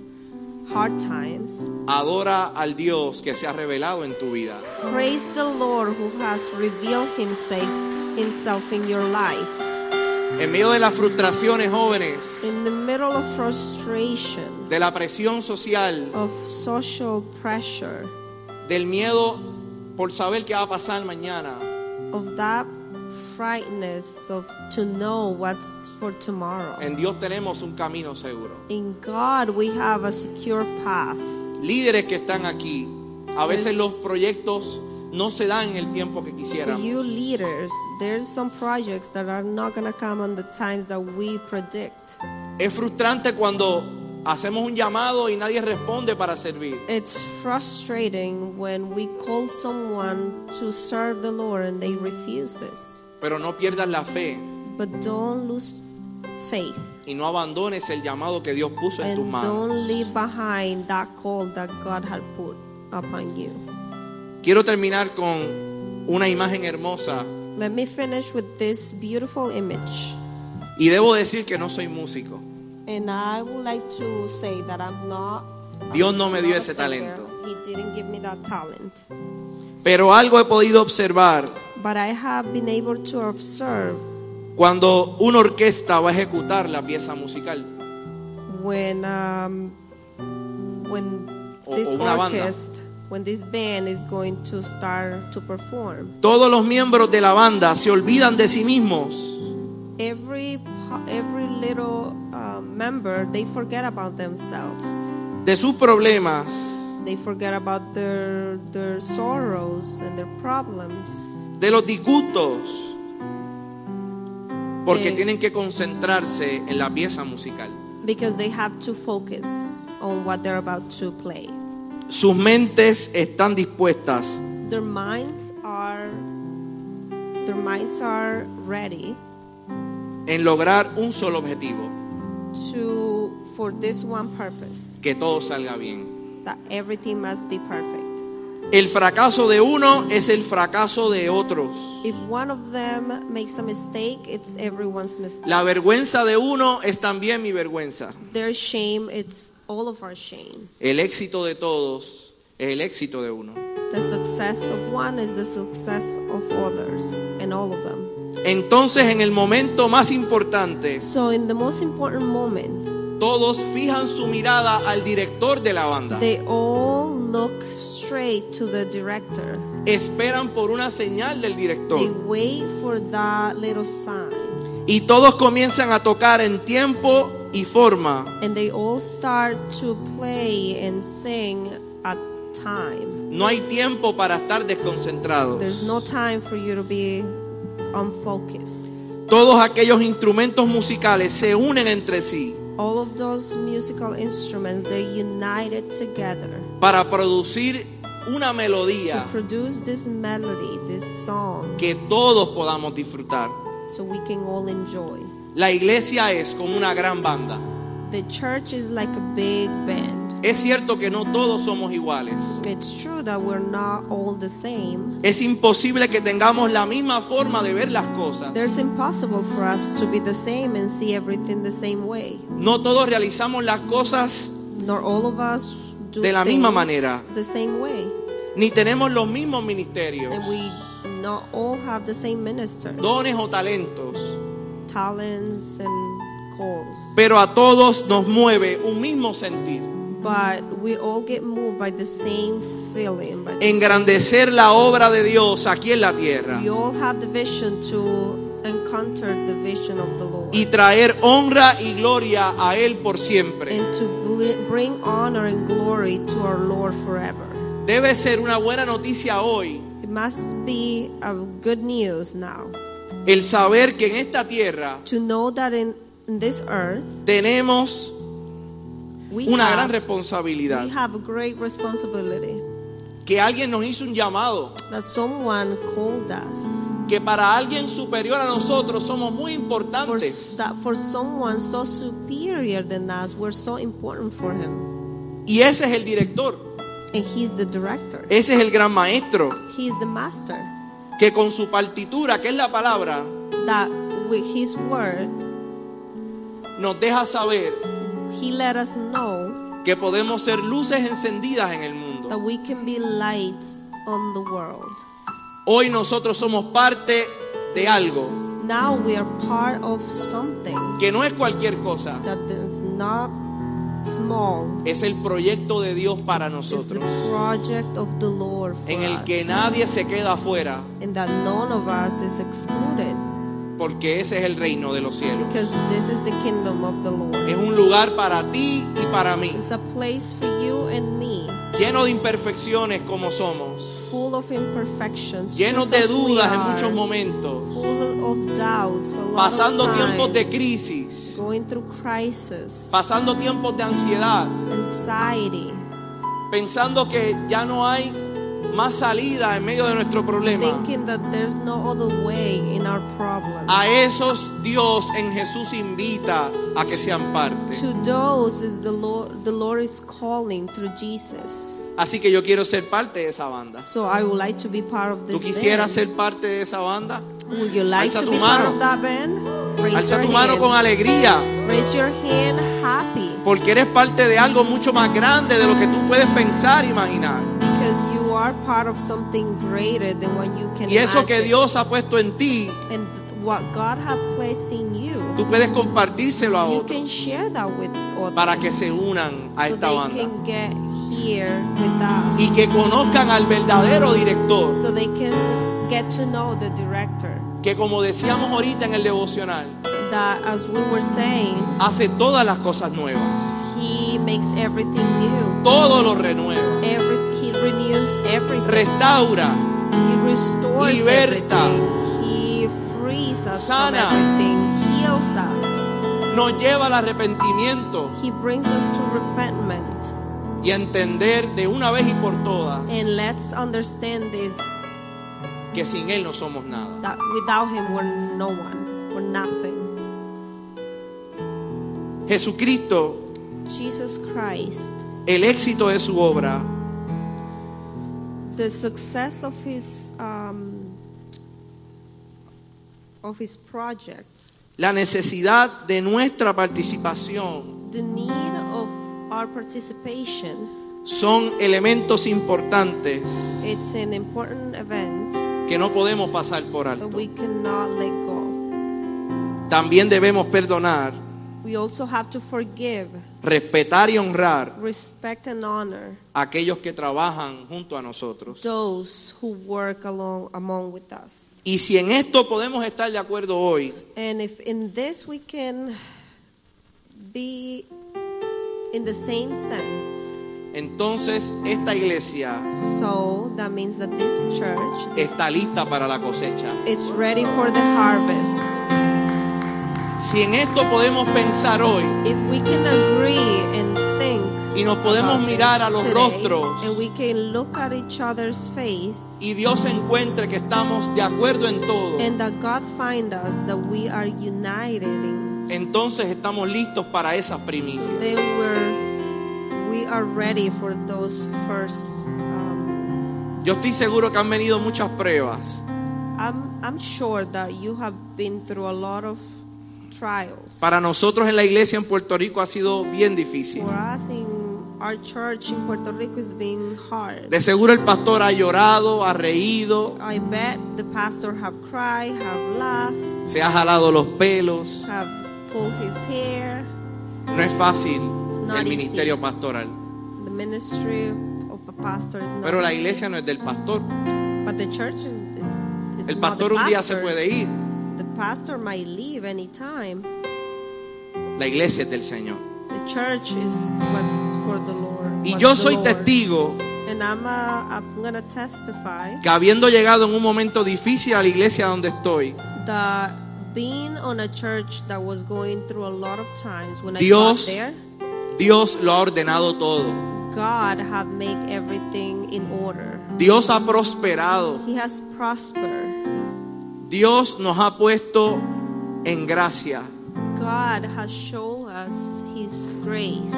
B: hard times,
A: adora al Dios que se ha revelado en tu vida.
B: praise the Lord who has revealed himself Himself in your life.
A: En medio de las frustraciones jóvenes,
B: In the middle of frustration,
A: de la presión social,
B: of social pressure,
A: del miedo por saber qué va a pasar mañana,
B: of that frightness of to know what's for tomorrow.
A: en Dios tenemos un camino seguro.
B: In God, we have a secure path.
A: Líderes que están aquí, a veces los proyectos no se dan en el tiempo que
B: For you
A: quisiéramos.
B: leaders, there's some projects that are not going to come on the times that we predict.
A: Es frustrante cuando hacemos un llamado y nadie responde para servir.
B: It's frustrating when we call someone to serve the Lord and they refuse us.
A: Pero no pierdas la fe
B: But don't lose faith
A: y no abandones el llamado que Dios puso en
B: and
A: tus manos.
B: don't leave behind that call that God had put upon you.
A: Quiero terminar con una imagen hermosa
B: Let me finish with this beautiful image.
A: y debo decir que no soy músico.
B: And I would like to say that I'm not.
A: Dios no
B: I'm
A: me
B: not
A: dio
B: a
A: ese
B: singer.
A: talento.
B: He didn't give me that talent.
A: Pero algo he podido observar
B: But I have been able to observe
A: cuando una orquesta va a ejecutar la pieza musical.
B: when um, when
A: O-
B: this
A: o una banda.
B: orchestra, when this band is going to start to perform,
A: Todos los miembros de la banda se olvidan de sí mismos
B: every pa- every little uh, member they forget about themselves.
A: de sus problemas,
B: They forget about their their sorrows and their problems.
A: de los disgustos, porque
B: Eh.
A: tienen que concentrarse en la pieza musical.
B: because they have to focus on what they're about to play.
A: Sus mentes están dispuestas,
B: Their minds are their minds are ready
A: en lograr un solo objetivo,
B: to for this one purpose
A: que todo salga bien.
B: that everything must be perfect.
A: El fracaso de uno es el fracaso de otros.
B: If one of them makes a mistake, it's everyone's mistake.
A: La vergüenza de uno es también mi vergüenza.
B: Their shame, it's all of our shames.
A: El éxito de todos es el éxito de uno.
B: The success of one is the success of others and all of them.
A: Entonces, en el momento más importante,
B: So in the most important moment,
A: todos fijan su mirada al director de la banda.
B: They all look straight to the director.
A: Esperan por una señal del
B: They
A: director.
B: wait for that little sign.
A: Y todos comienzan a tocar en tiempo y forma.
B: And they all start to play and sing at time.
A: No hay tiempo para estar
B: There's no
A: desconcentrados.
B: time for you to be unfocused.
A: Todos aquellos instrumentos musicales se unen entre sí
B: All of those musical instruments, they're united together
A: para producir una
B: to
A: melodía
B: produce this melody, this song,
A: que todos podamos disfrutar.
B: so we can all enjoy.
A: La iglesia es como una gran banda.
B: The church is like a big band.
A: Es cierto que no todos somos iguales.
B: It's true that we're not all the same.
A: Es imposible que tengamos la misma forma de ver las cosas.
B: There's impossible for us to be the same and see everything the same way.
A: No todos realizamos las cosas
B: Nor all of us do
A: De la
B: things
A: misma manera.
B: the same way.
A: ni tenemos los mismos ministerios,
B: And we not all have the same minister,
A: dones o talentos,
B: talents and calls.
A: pero a todos nos mueve un mismo sentir.
B: But we all get moved by the same feeling. By the
A: Engrandecer la obra de Dios aquí en la tierra
B: same- we all have the vision to encounter the vision of the Lord.
A: y traer honra y gloria a Él por siempre.
B: and to bl- bring honor and glory to our Lord forever.
A: Debe ser una buena noticia hoy
B: It must be a good news now.
A: el saber que en esta tierra
B: to know that in, in this earth
A: tenemos
B: we
A: una gran
B: have,
A: responsabilidad.
B: we have a great responsibility
A: Que alguien nos hizo un llamado.
B: that someone called us
A: que para alguien superior a nosotros somos muy
B: for,
A: importantes
B: that for someone so superior than us we're so important for him
A: y ese es el director,
B: and he's the director
A: ese es el gran maestro
B: he's the master
A: que con su partitura, que es la palabra,
B: that with his word
A: nos deja saber
B: he let us know
A: que podemos ser luces encendidas en el mundo.
B: that we can be lights on the world
A: Hoy nosotros somos parte de algo
B: Now we are part of something
A: que no es cualquier cosa,
B: that is not small.
A: es el proyecto de Dios para
B: It's the
A: nosotros,
B: project of the Lord for
A: en el que
B: us.
A: nadie se queda afuera,
B: and that none of us is excluded
A: porque ese es el reino de los cielos.
B: because this is the kingdom of the Lord.
A: Es un lugar para ti y para mí,
B: It's a place for you and me,
A: lleno de imperfecciones como somos,
B: full of imperfections,
A: llenos
B: just
A: de
B: as we
A: dudas en
B: are,
A: muchos momentos,
B: full of doubts, a lot
A: pasando
B: of times,
A: tiempos de crisis,
B: going through crisis,
A: pasando tiempos de ansiedad,
B: anxiety,
A: pensando que ya no hay más salida en medio de nuestro problema.
B: thinking that there's no other way in our problem.
A: A esos Dios en Jesús invita a que sean parte.
B: to those is the Lord the Lord is calling through Jesus.
A: Así que yo quiero ser parte de esa banda.
B: So I would like to be part of this
A: ¿Tú quisieras
B: band.
A: ser parte de esa banda?
B: Would you like
A: Alza
B: to
A: tu
B: be
A: mano.
B: part of that band? Raise
A: Alza
B: your
A: tu mano
B: hand.
A: con alegría,
B: Raise your hand happy
A: porque eres parte de algo mucho más grande de lo que tú puedes pensar, e imaginar.
B: because you are part of something greater than what you can
A: Y eso que
B: imagine.
A: Dios ha puesto en ti,
B: and what God has placed in you,
A: tú puedes compartírselo a
B: you
A: otros
B: can share that with others
A: para que se unan a
B: so
A: esta
B: they
A: banda
B: can get here with us
A: y que conozcan al verdadero director.
B: so they can get to know the director
A: que como decíamos ahorita en el devocional,
B: that as we were saying
A: hace todas las cosas nuevas,
B: he makes everything new
A: todo lo renueva,
B: Every, he renews everything
A: restaura,
B: He restores
A: Liberta.
B: everything. He frees us
A: Sana.
B: from everything. Heals us.
A: nos lleva al arrepentimiento
B: He brings us to repentment
A: y a entender de una vez y por todas
B: and let's understand this
A: que sin Él no somos nada.
B: that without him we're no one, we're nothing.
A: Jesucristo,
B: Jesus Christ,
A: el éxito de su obra
B: the success of his um, of his projects,
A: la necesidad de nuestra participación
B: the need of our participation,
A: son elementos importantes
B: it's an important event
A: que no podemos pasar por
B: that
A: alto.
B: we cannot let go.
A: También debemos perdonar,
B: We also have to forgive,
A: respetar y honrar
B: respect, and honor
A: aquellos que trabajan junto a nosotros.
B: those who work along among with us.
A: Y si en esto podemos estar de acuerdo hoy,
B: And if in this we can be in the same sense,
A: entonces esta iglesia
B: so that means that this church
A: está lista para la cosecha.
B: is ready for the harvest.
A: Si en esto podemos pensar hoy
B: If we can agree and think
A: Y nos podemos
B: about
A: mirar
B: this
A: a los
B: today,
A: rostros.
B: and we can look at each other's face
A: y Dios encuentre que estamos de acuerdo en todo,
B: and that God find us that we are united in
A: entonces estamos listos para esas primicias.
B: They were, we are ready for those first. Um,
A: Yo estoy seguro que han venido muchas pruebas
B: I'm, I'm sure that you have been through a lot of trials.
A: Para nosotros en la iglesia en Puerto Rico ha sido bien difícil.
B: For us in our church in Puerto Rico, it's been hard.
A: De seguro el pastor ha llorado, ha reído,
B: I bet the pastor have cried, have laughed,
A: se ha jalado los pelos.
B: have pulled his hair.
A: No es fácil
B: not
A: el
B: easy.
A: ministerio pastoral,
B: The ministry of a pastor is not.
A: pero la
B: easy.
A: iglesia no es del pastor.
B: But the church is. It's, it's
A: El
B: not the
A: pastor un día se
B: pastor's.
A: puede ir.
B: The pastor might leave anytime.
A: La iglesia es del Señor.
B: The church is what's for the Lord.
A: Y
B: what's
A: yo
B: the
A: soy
B: Lord.
A: testigo
B: And I'm, uh, I'm gonna testify
A: que habiendo llegado en un momento difícil a la iglesia donde estoy,
B: that being on a church that was going through a lot of times when
A: Dios-
B: I got
A: Dios lo ha ordenado todo.
B: there, God have made everything in order.
A: Dios ha prosperado.
B: He has prospered.
A: Dios nos ha puesto en gracia.
B: God has shown us His grace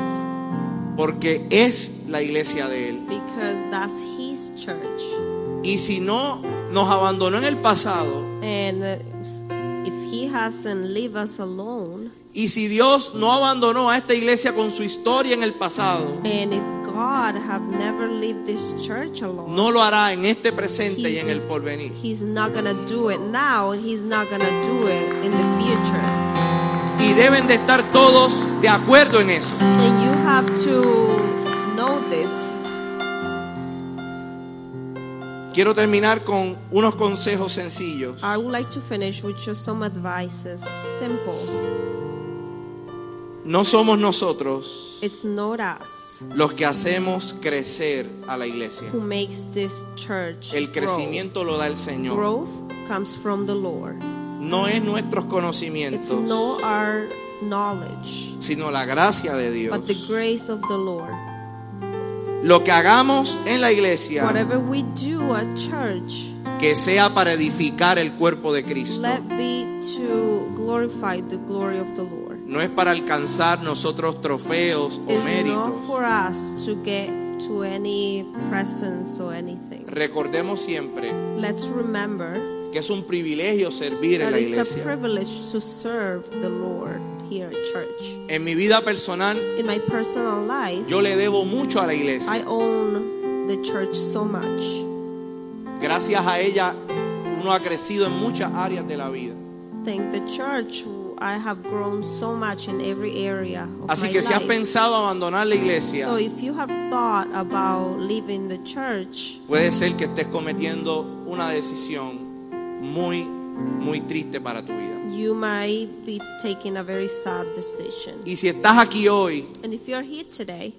A: Porque es la iglesia de Él.
B: because that's His church.
A: Y si no nos abandonó en el pasado,
B: And uh, if He hasn't leave us alone,
A: y si Dios no abandonó a esta iglesia con su historia en el pasado,
B: And if God God have never leave this church alone.
A: No lo hará en este presente y en el porvenir.
B: He's not going to do it now. He's not going to do it in the future.
A: Y deben de estar todos de acuerdo en eso.
B: And you have to know this.
A: Quiero terminar con unos consejos sencillos.
B: I would like to finish with just some advices. Simple.
A: No somos nosotros
B: It's not us
A: los que hacemos crecer a la iglesia.
B: who makes this church
A: El
B: grow.
A: crecimiento lo da el Señor.
B: Growth comes from the Lord.
A: No es nuestros
B: It's
A: conocimientos,
B: not our knowledge,
A: sino la gracia de Dios.
B: but the grace of the Lord.
A: Lo que hagamos en la iglesia,
B: Whatever we do at church,
A: que sea para edificar el cuerpo de Cristo.
B: let be to glorify the glory of the Lord.
A: No es para alcanzar nosotros trofeos o
B: It's not for
A: méritos.
B: us to get to any presence or anything.
A: Recordemos siempre
B: Let's remember
A: que es un privilegio servir en
B: that
A: la
B: it's a
A: iglesia.
B: privilege to serve the Lord here at church.
A: En mi vida personal,
B: In my personal life,
A: yo le debo mucho a la iglesia.
B: I own the church so much.
A: Gracias a ella uno ha crecido en muchas áreas de la vida.
B: Thank the church. I have grown so much in every area of
A: Así
B: my
A: que si has
B: life.
A: pensado abandonar la iglesia,
B: so if you have thought about leaving the church,
A: puede ser que estés cometiendo una decisión muy, muy triste para tu vida.
B: you might be taking a very sad decision.
A: Y si estás aquí hoy
B: And if you're here today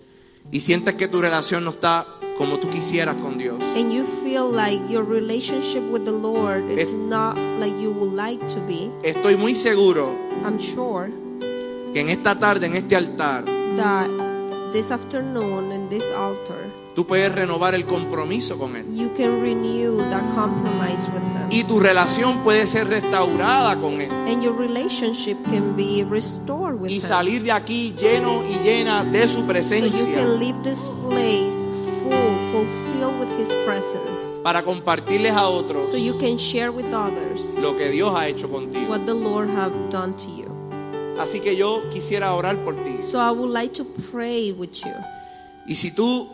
A: y sientes que tu relación no está como tú quisieras con Dios,
B: and you feel like your relationship with the Lord is
A: Es-
B: not like you would like to be,
A: estoy muy seguro
B: I'm sure
A: que en esta tarde, en este altar,
B: that this afternoon in this altar,
A: tú puedes renovar el compromiso con Él.
B: you can renew that compromise with Him.
A: Y tu relación puede ser restaurada con Él.
B: and your relationship can be restored with
A: Y
B: Him.
A: salir de aquí lleno y llena de su
B: So you
A: presencia.
B: can leave this place full, fulfilled with His presence.
A: para compartirles a otros
B: So you can share with others
A: lo que Dios ha hecho contigo.
B: what the Lord have done to you.
A: Así que yo quisiera orar por ti.
B: So I would like to pray with you.
A: Y si tú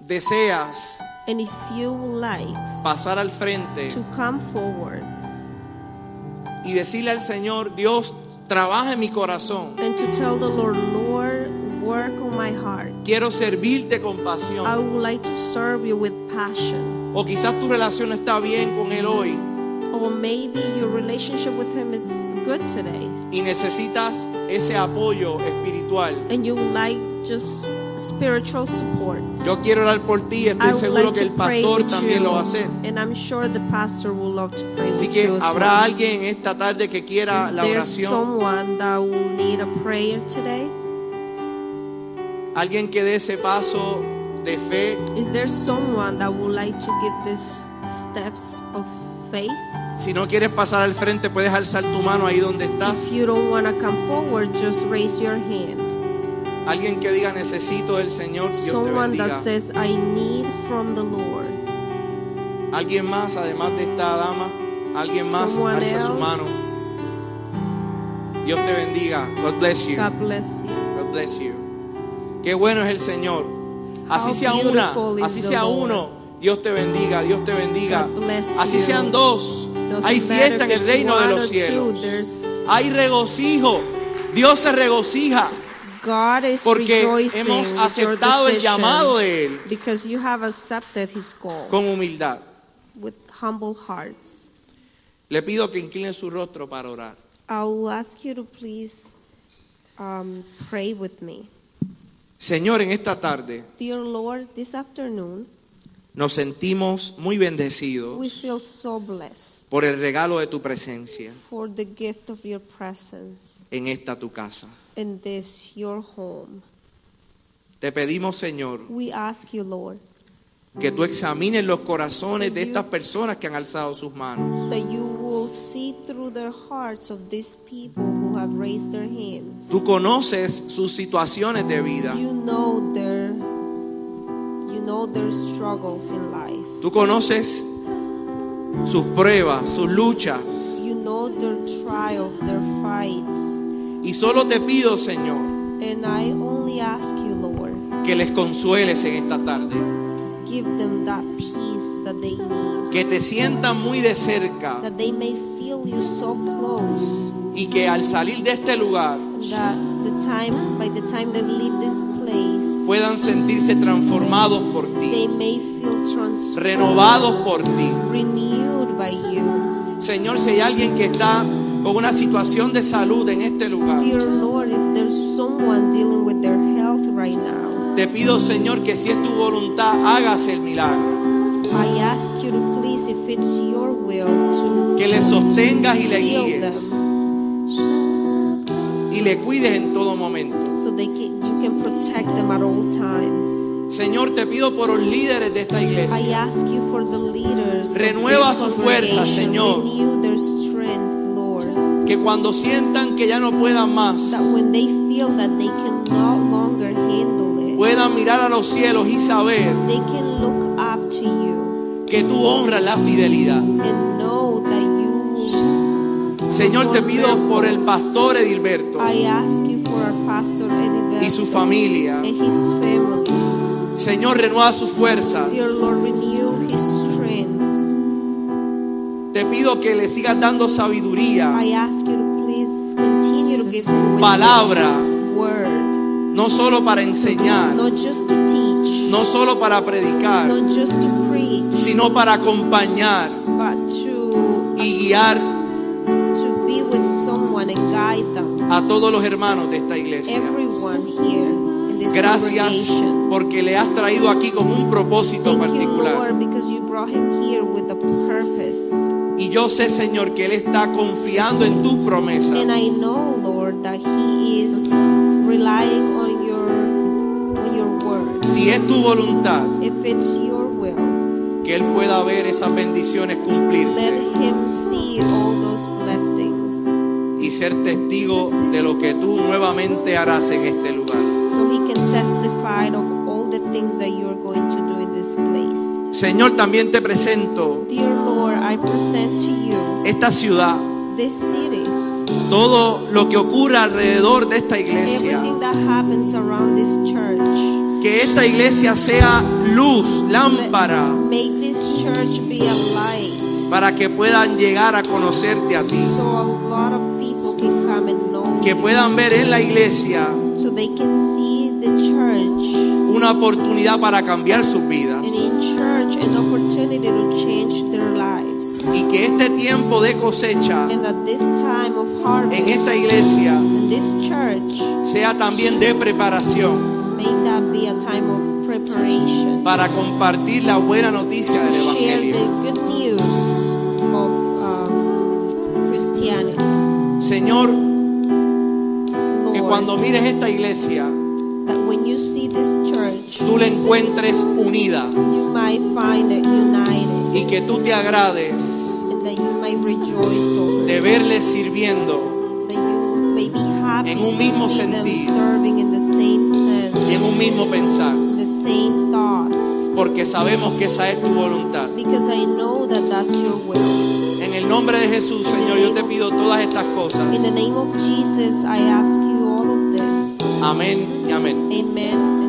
A: deseas
B: And if you would like
A: pasar al frente
B: to come forward
A: y decirle al Señor, Dios, trabaja en mi corazón.
B: and to tell the Lord, Lord, work on my heart.
A: Quiero servirte con
B: I
A: pasión.
B: would like to serve you with passion.
A: O quizás tu relación no está bien con Él hoy
B: Or maybe your relationship with Him is good today.
A: y necesitas ese apoyo espiritual.
B: and you would like just spiritual support.
A: Yo quiero orar por ti.
B: I
A: Estoy
B: would
A: seguro
B: like
A: que el
B: to pray
A: pastor
B: with
A: también
B: you,
A: lo va a hacer.
B: and I'm sure the pastor will love to pray
A: Así
B: with
A: que
B: you as
A: habrá
B: well.
A: alguien esta tarde que quiera
B: Is
A: la
B: there
A: oración.
B: someone that will need a prayer today?
A: Alguien que dé ese paso de fe.
B: Is there someone that would like to give these steps of faith?
A: Si no quieres pasar al frente, puedes alzar tu mano ahí donde
B: If
A: estás.
B: you don't want to come forward, just raise your hand.
A: Alguien que diga necesito del Señor, Dios te
B: Someone
A: bendiga.
B: that says, I need from the Lord.
A: Alguien más, además de esta dama, alguien más
B: Someone
A: alza su
B: else.
A: mano. Dios te bendiga. God bless you.
B: God bless you.
A: God bless you. Qué bueno es el Señor. Así
B: How
A: sea una,
B: beautiful is
A: así
B: the
A: sea
B: Lord.
A: uno. Dios te bendiga, Dios te bendiga.
B: God bless
A: Así
B: you.
A: sean dos.
B: Doesn't
A: Hay
B: matter
A: fiesta en
B: if
A: el
B: it's
A: reino de
B: one
A: los
B: or two,
A: cielos.
B: there's-
A: Hay regocijo. Dios se regocija.
B: God is
A: porque
B: rejoicing
A: hemos
B: with your
A: aceptado el
B: decision
A: llamado de Él
B: because you have accepted his call
A: con humildad.
B: with humble hearts.
A: Le pido que incline su rostro para orar.
B: I will ask you to please um, pray with me.
A: Señor, en esta tarde
B: Dear Lord, this afternoon
A: nos sentimos muy
B: we
A: bendecidos
B: feel so blessed
A: por el regalo de tu presencia
B: for the gift of your presence
A: en esta tu casa.
B: in this your home.
A: Te pedimos, Señor,
B: We ask you, Lord,
A: que tú examines los corazones de estas personas que han alzado sus manos.
B: that you will see through their hearts of these people who have raised their hands.
A: Tú conoces sus situaciones de vida.
B: You know their you know their struggles in life.
A: Tú conoces sus pruebas, sus luchas.
B: You know their trials, their fights.
A: Y solo te pido, Señor,
B: And I only ask you, Lord,
A: que les consueles en esta tarde.
B: Give them that peace that they need,
A: Que te sientan muy de cerca
B: that they may feel you so close
A: y que al salir de este lugar
B: that the time, by the time they leave this place,
A: puedan sentirse transformados por
B: they
A: ti,
B: may feel transformed,
A: renovados por ti.
B: renewed by you.
A: Señor, si hay alguien que está con una situación de salud en este lugar,
B: Dear Lord, if there's someone dealing with their health right now,
A: te pido, Señor, que si es tu voluntad, hagas el milagro,
B: I ask you to please, if it's your will, to
A: que le sostengas y le
B: heal
A: guíes
B: them
A: y le cuides en todo momento.
B: so they can, you can protect them at all times.
A: Señor, te pido por los líderes de esta
B: I
A: iglesia,
B: ask you for the leaders. of
A: Renueva
B: this
A: su fuerza,
B: congregation.
A: Señor.
B: Renew their strength, Lord.
A: que cuando sientan que ya no puedan más,
B: That when they feel that they can no longer handle it,
A: puedan mirar a los cielos y saber
B: they can look up to you
A: que tú honras la fidelidad.
B: and know that you.
A: Señor, te pido por el pastor Edilberto
B: I ask you for our pastor Eddie
A: y su
B: Bello
A: familia.
B: and his family.
A: Señor, renueva sus fuerzas.
B: Dear Lord, renew his strength.
A: Te pido que le sigas dando sabiduría,
B: I ask you to please continue to give him wisdom,
A: palabra,
B: word,
A: no solo para enseñar,
B: not just to teach,
A: no solo para predicar,
B: not just to preach.
A: sino para acompañar
B: but to
A: y guiar
B: to be with someone and guide them.
A: a todos los hermanos de esta iglesia.
B: Everyone here in this
A: Gracias
B: congregation.
A: porque le has traído aquí con un propósito
B: Thank you,
A: particular.
B: Lord, because you brought him here with a purpose.
A: Y yo sé, Señor, que Él está confiando en tu promesa.
B: And I know, Lord, that he is relying on your on your word.
A: Si es tu voluntad,
B: If it's your will,
A: que Él pueda ver esas bendiciones
B: let
A: cumplirse
B: him see all those blessings
A: y ser testigo de lo que tú nuevamente harás en este lugar.
B: so he can testify of all the things that you're going to do in this place.
A: Señor, también te presento
B: Dear Lord, I present to you
A: esta ciudad,
B: this city,
A: todo lo que ocurre alrededor de esta iglesia.
B: everything that happens around this church.
A: Que esta iglesia sea luz, lámpara,
B: Make this church be a light
A: para que puedan llegar a conocerte a ti.
B: so a lot of people can come and know
A: Que
B: you.
A: puedan ver en la iglesia
B: so they can see the church
A: una oportunidad para cambiar sus vidas.
B: and in church an opportunity to change their lives.
A: Y que este tiempo de cosecha
B: And that this time of
A: en
B: harvest
A: esta iglesia
B: in this church
A: sea también de preparación
B: may that be a time of preparation
A: para compartir la buena noticia del
B: to share the
A: Evangelio.
B: good news of um, Christianity.
A: Señor, que
B: Lord,
A: cuando mires esta iglesia,
B: that when you see this church,
A: tú la encuentres unida
B: you might find it united
A: y que tú te agrades
B: and that you might rejoice over
A: de
B: it,
A: verle sirviendo
B: that you may be happy
A: En un mismo
B: to see them
A: sentir.
B: serving in the same sense,
A: en un mismo pensar,
B: the same thoughts,
A: porque sabemos que esa es tu voluntad.
B: because I know that that's your will.
A: En el nombre de Jesús, Señor, yo te pido todas estas cosas.
B: In the name of Jesus, I ask you all of this.
A: Amén y amén.
B: Amen. and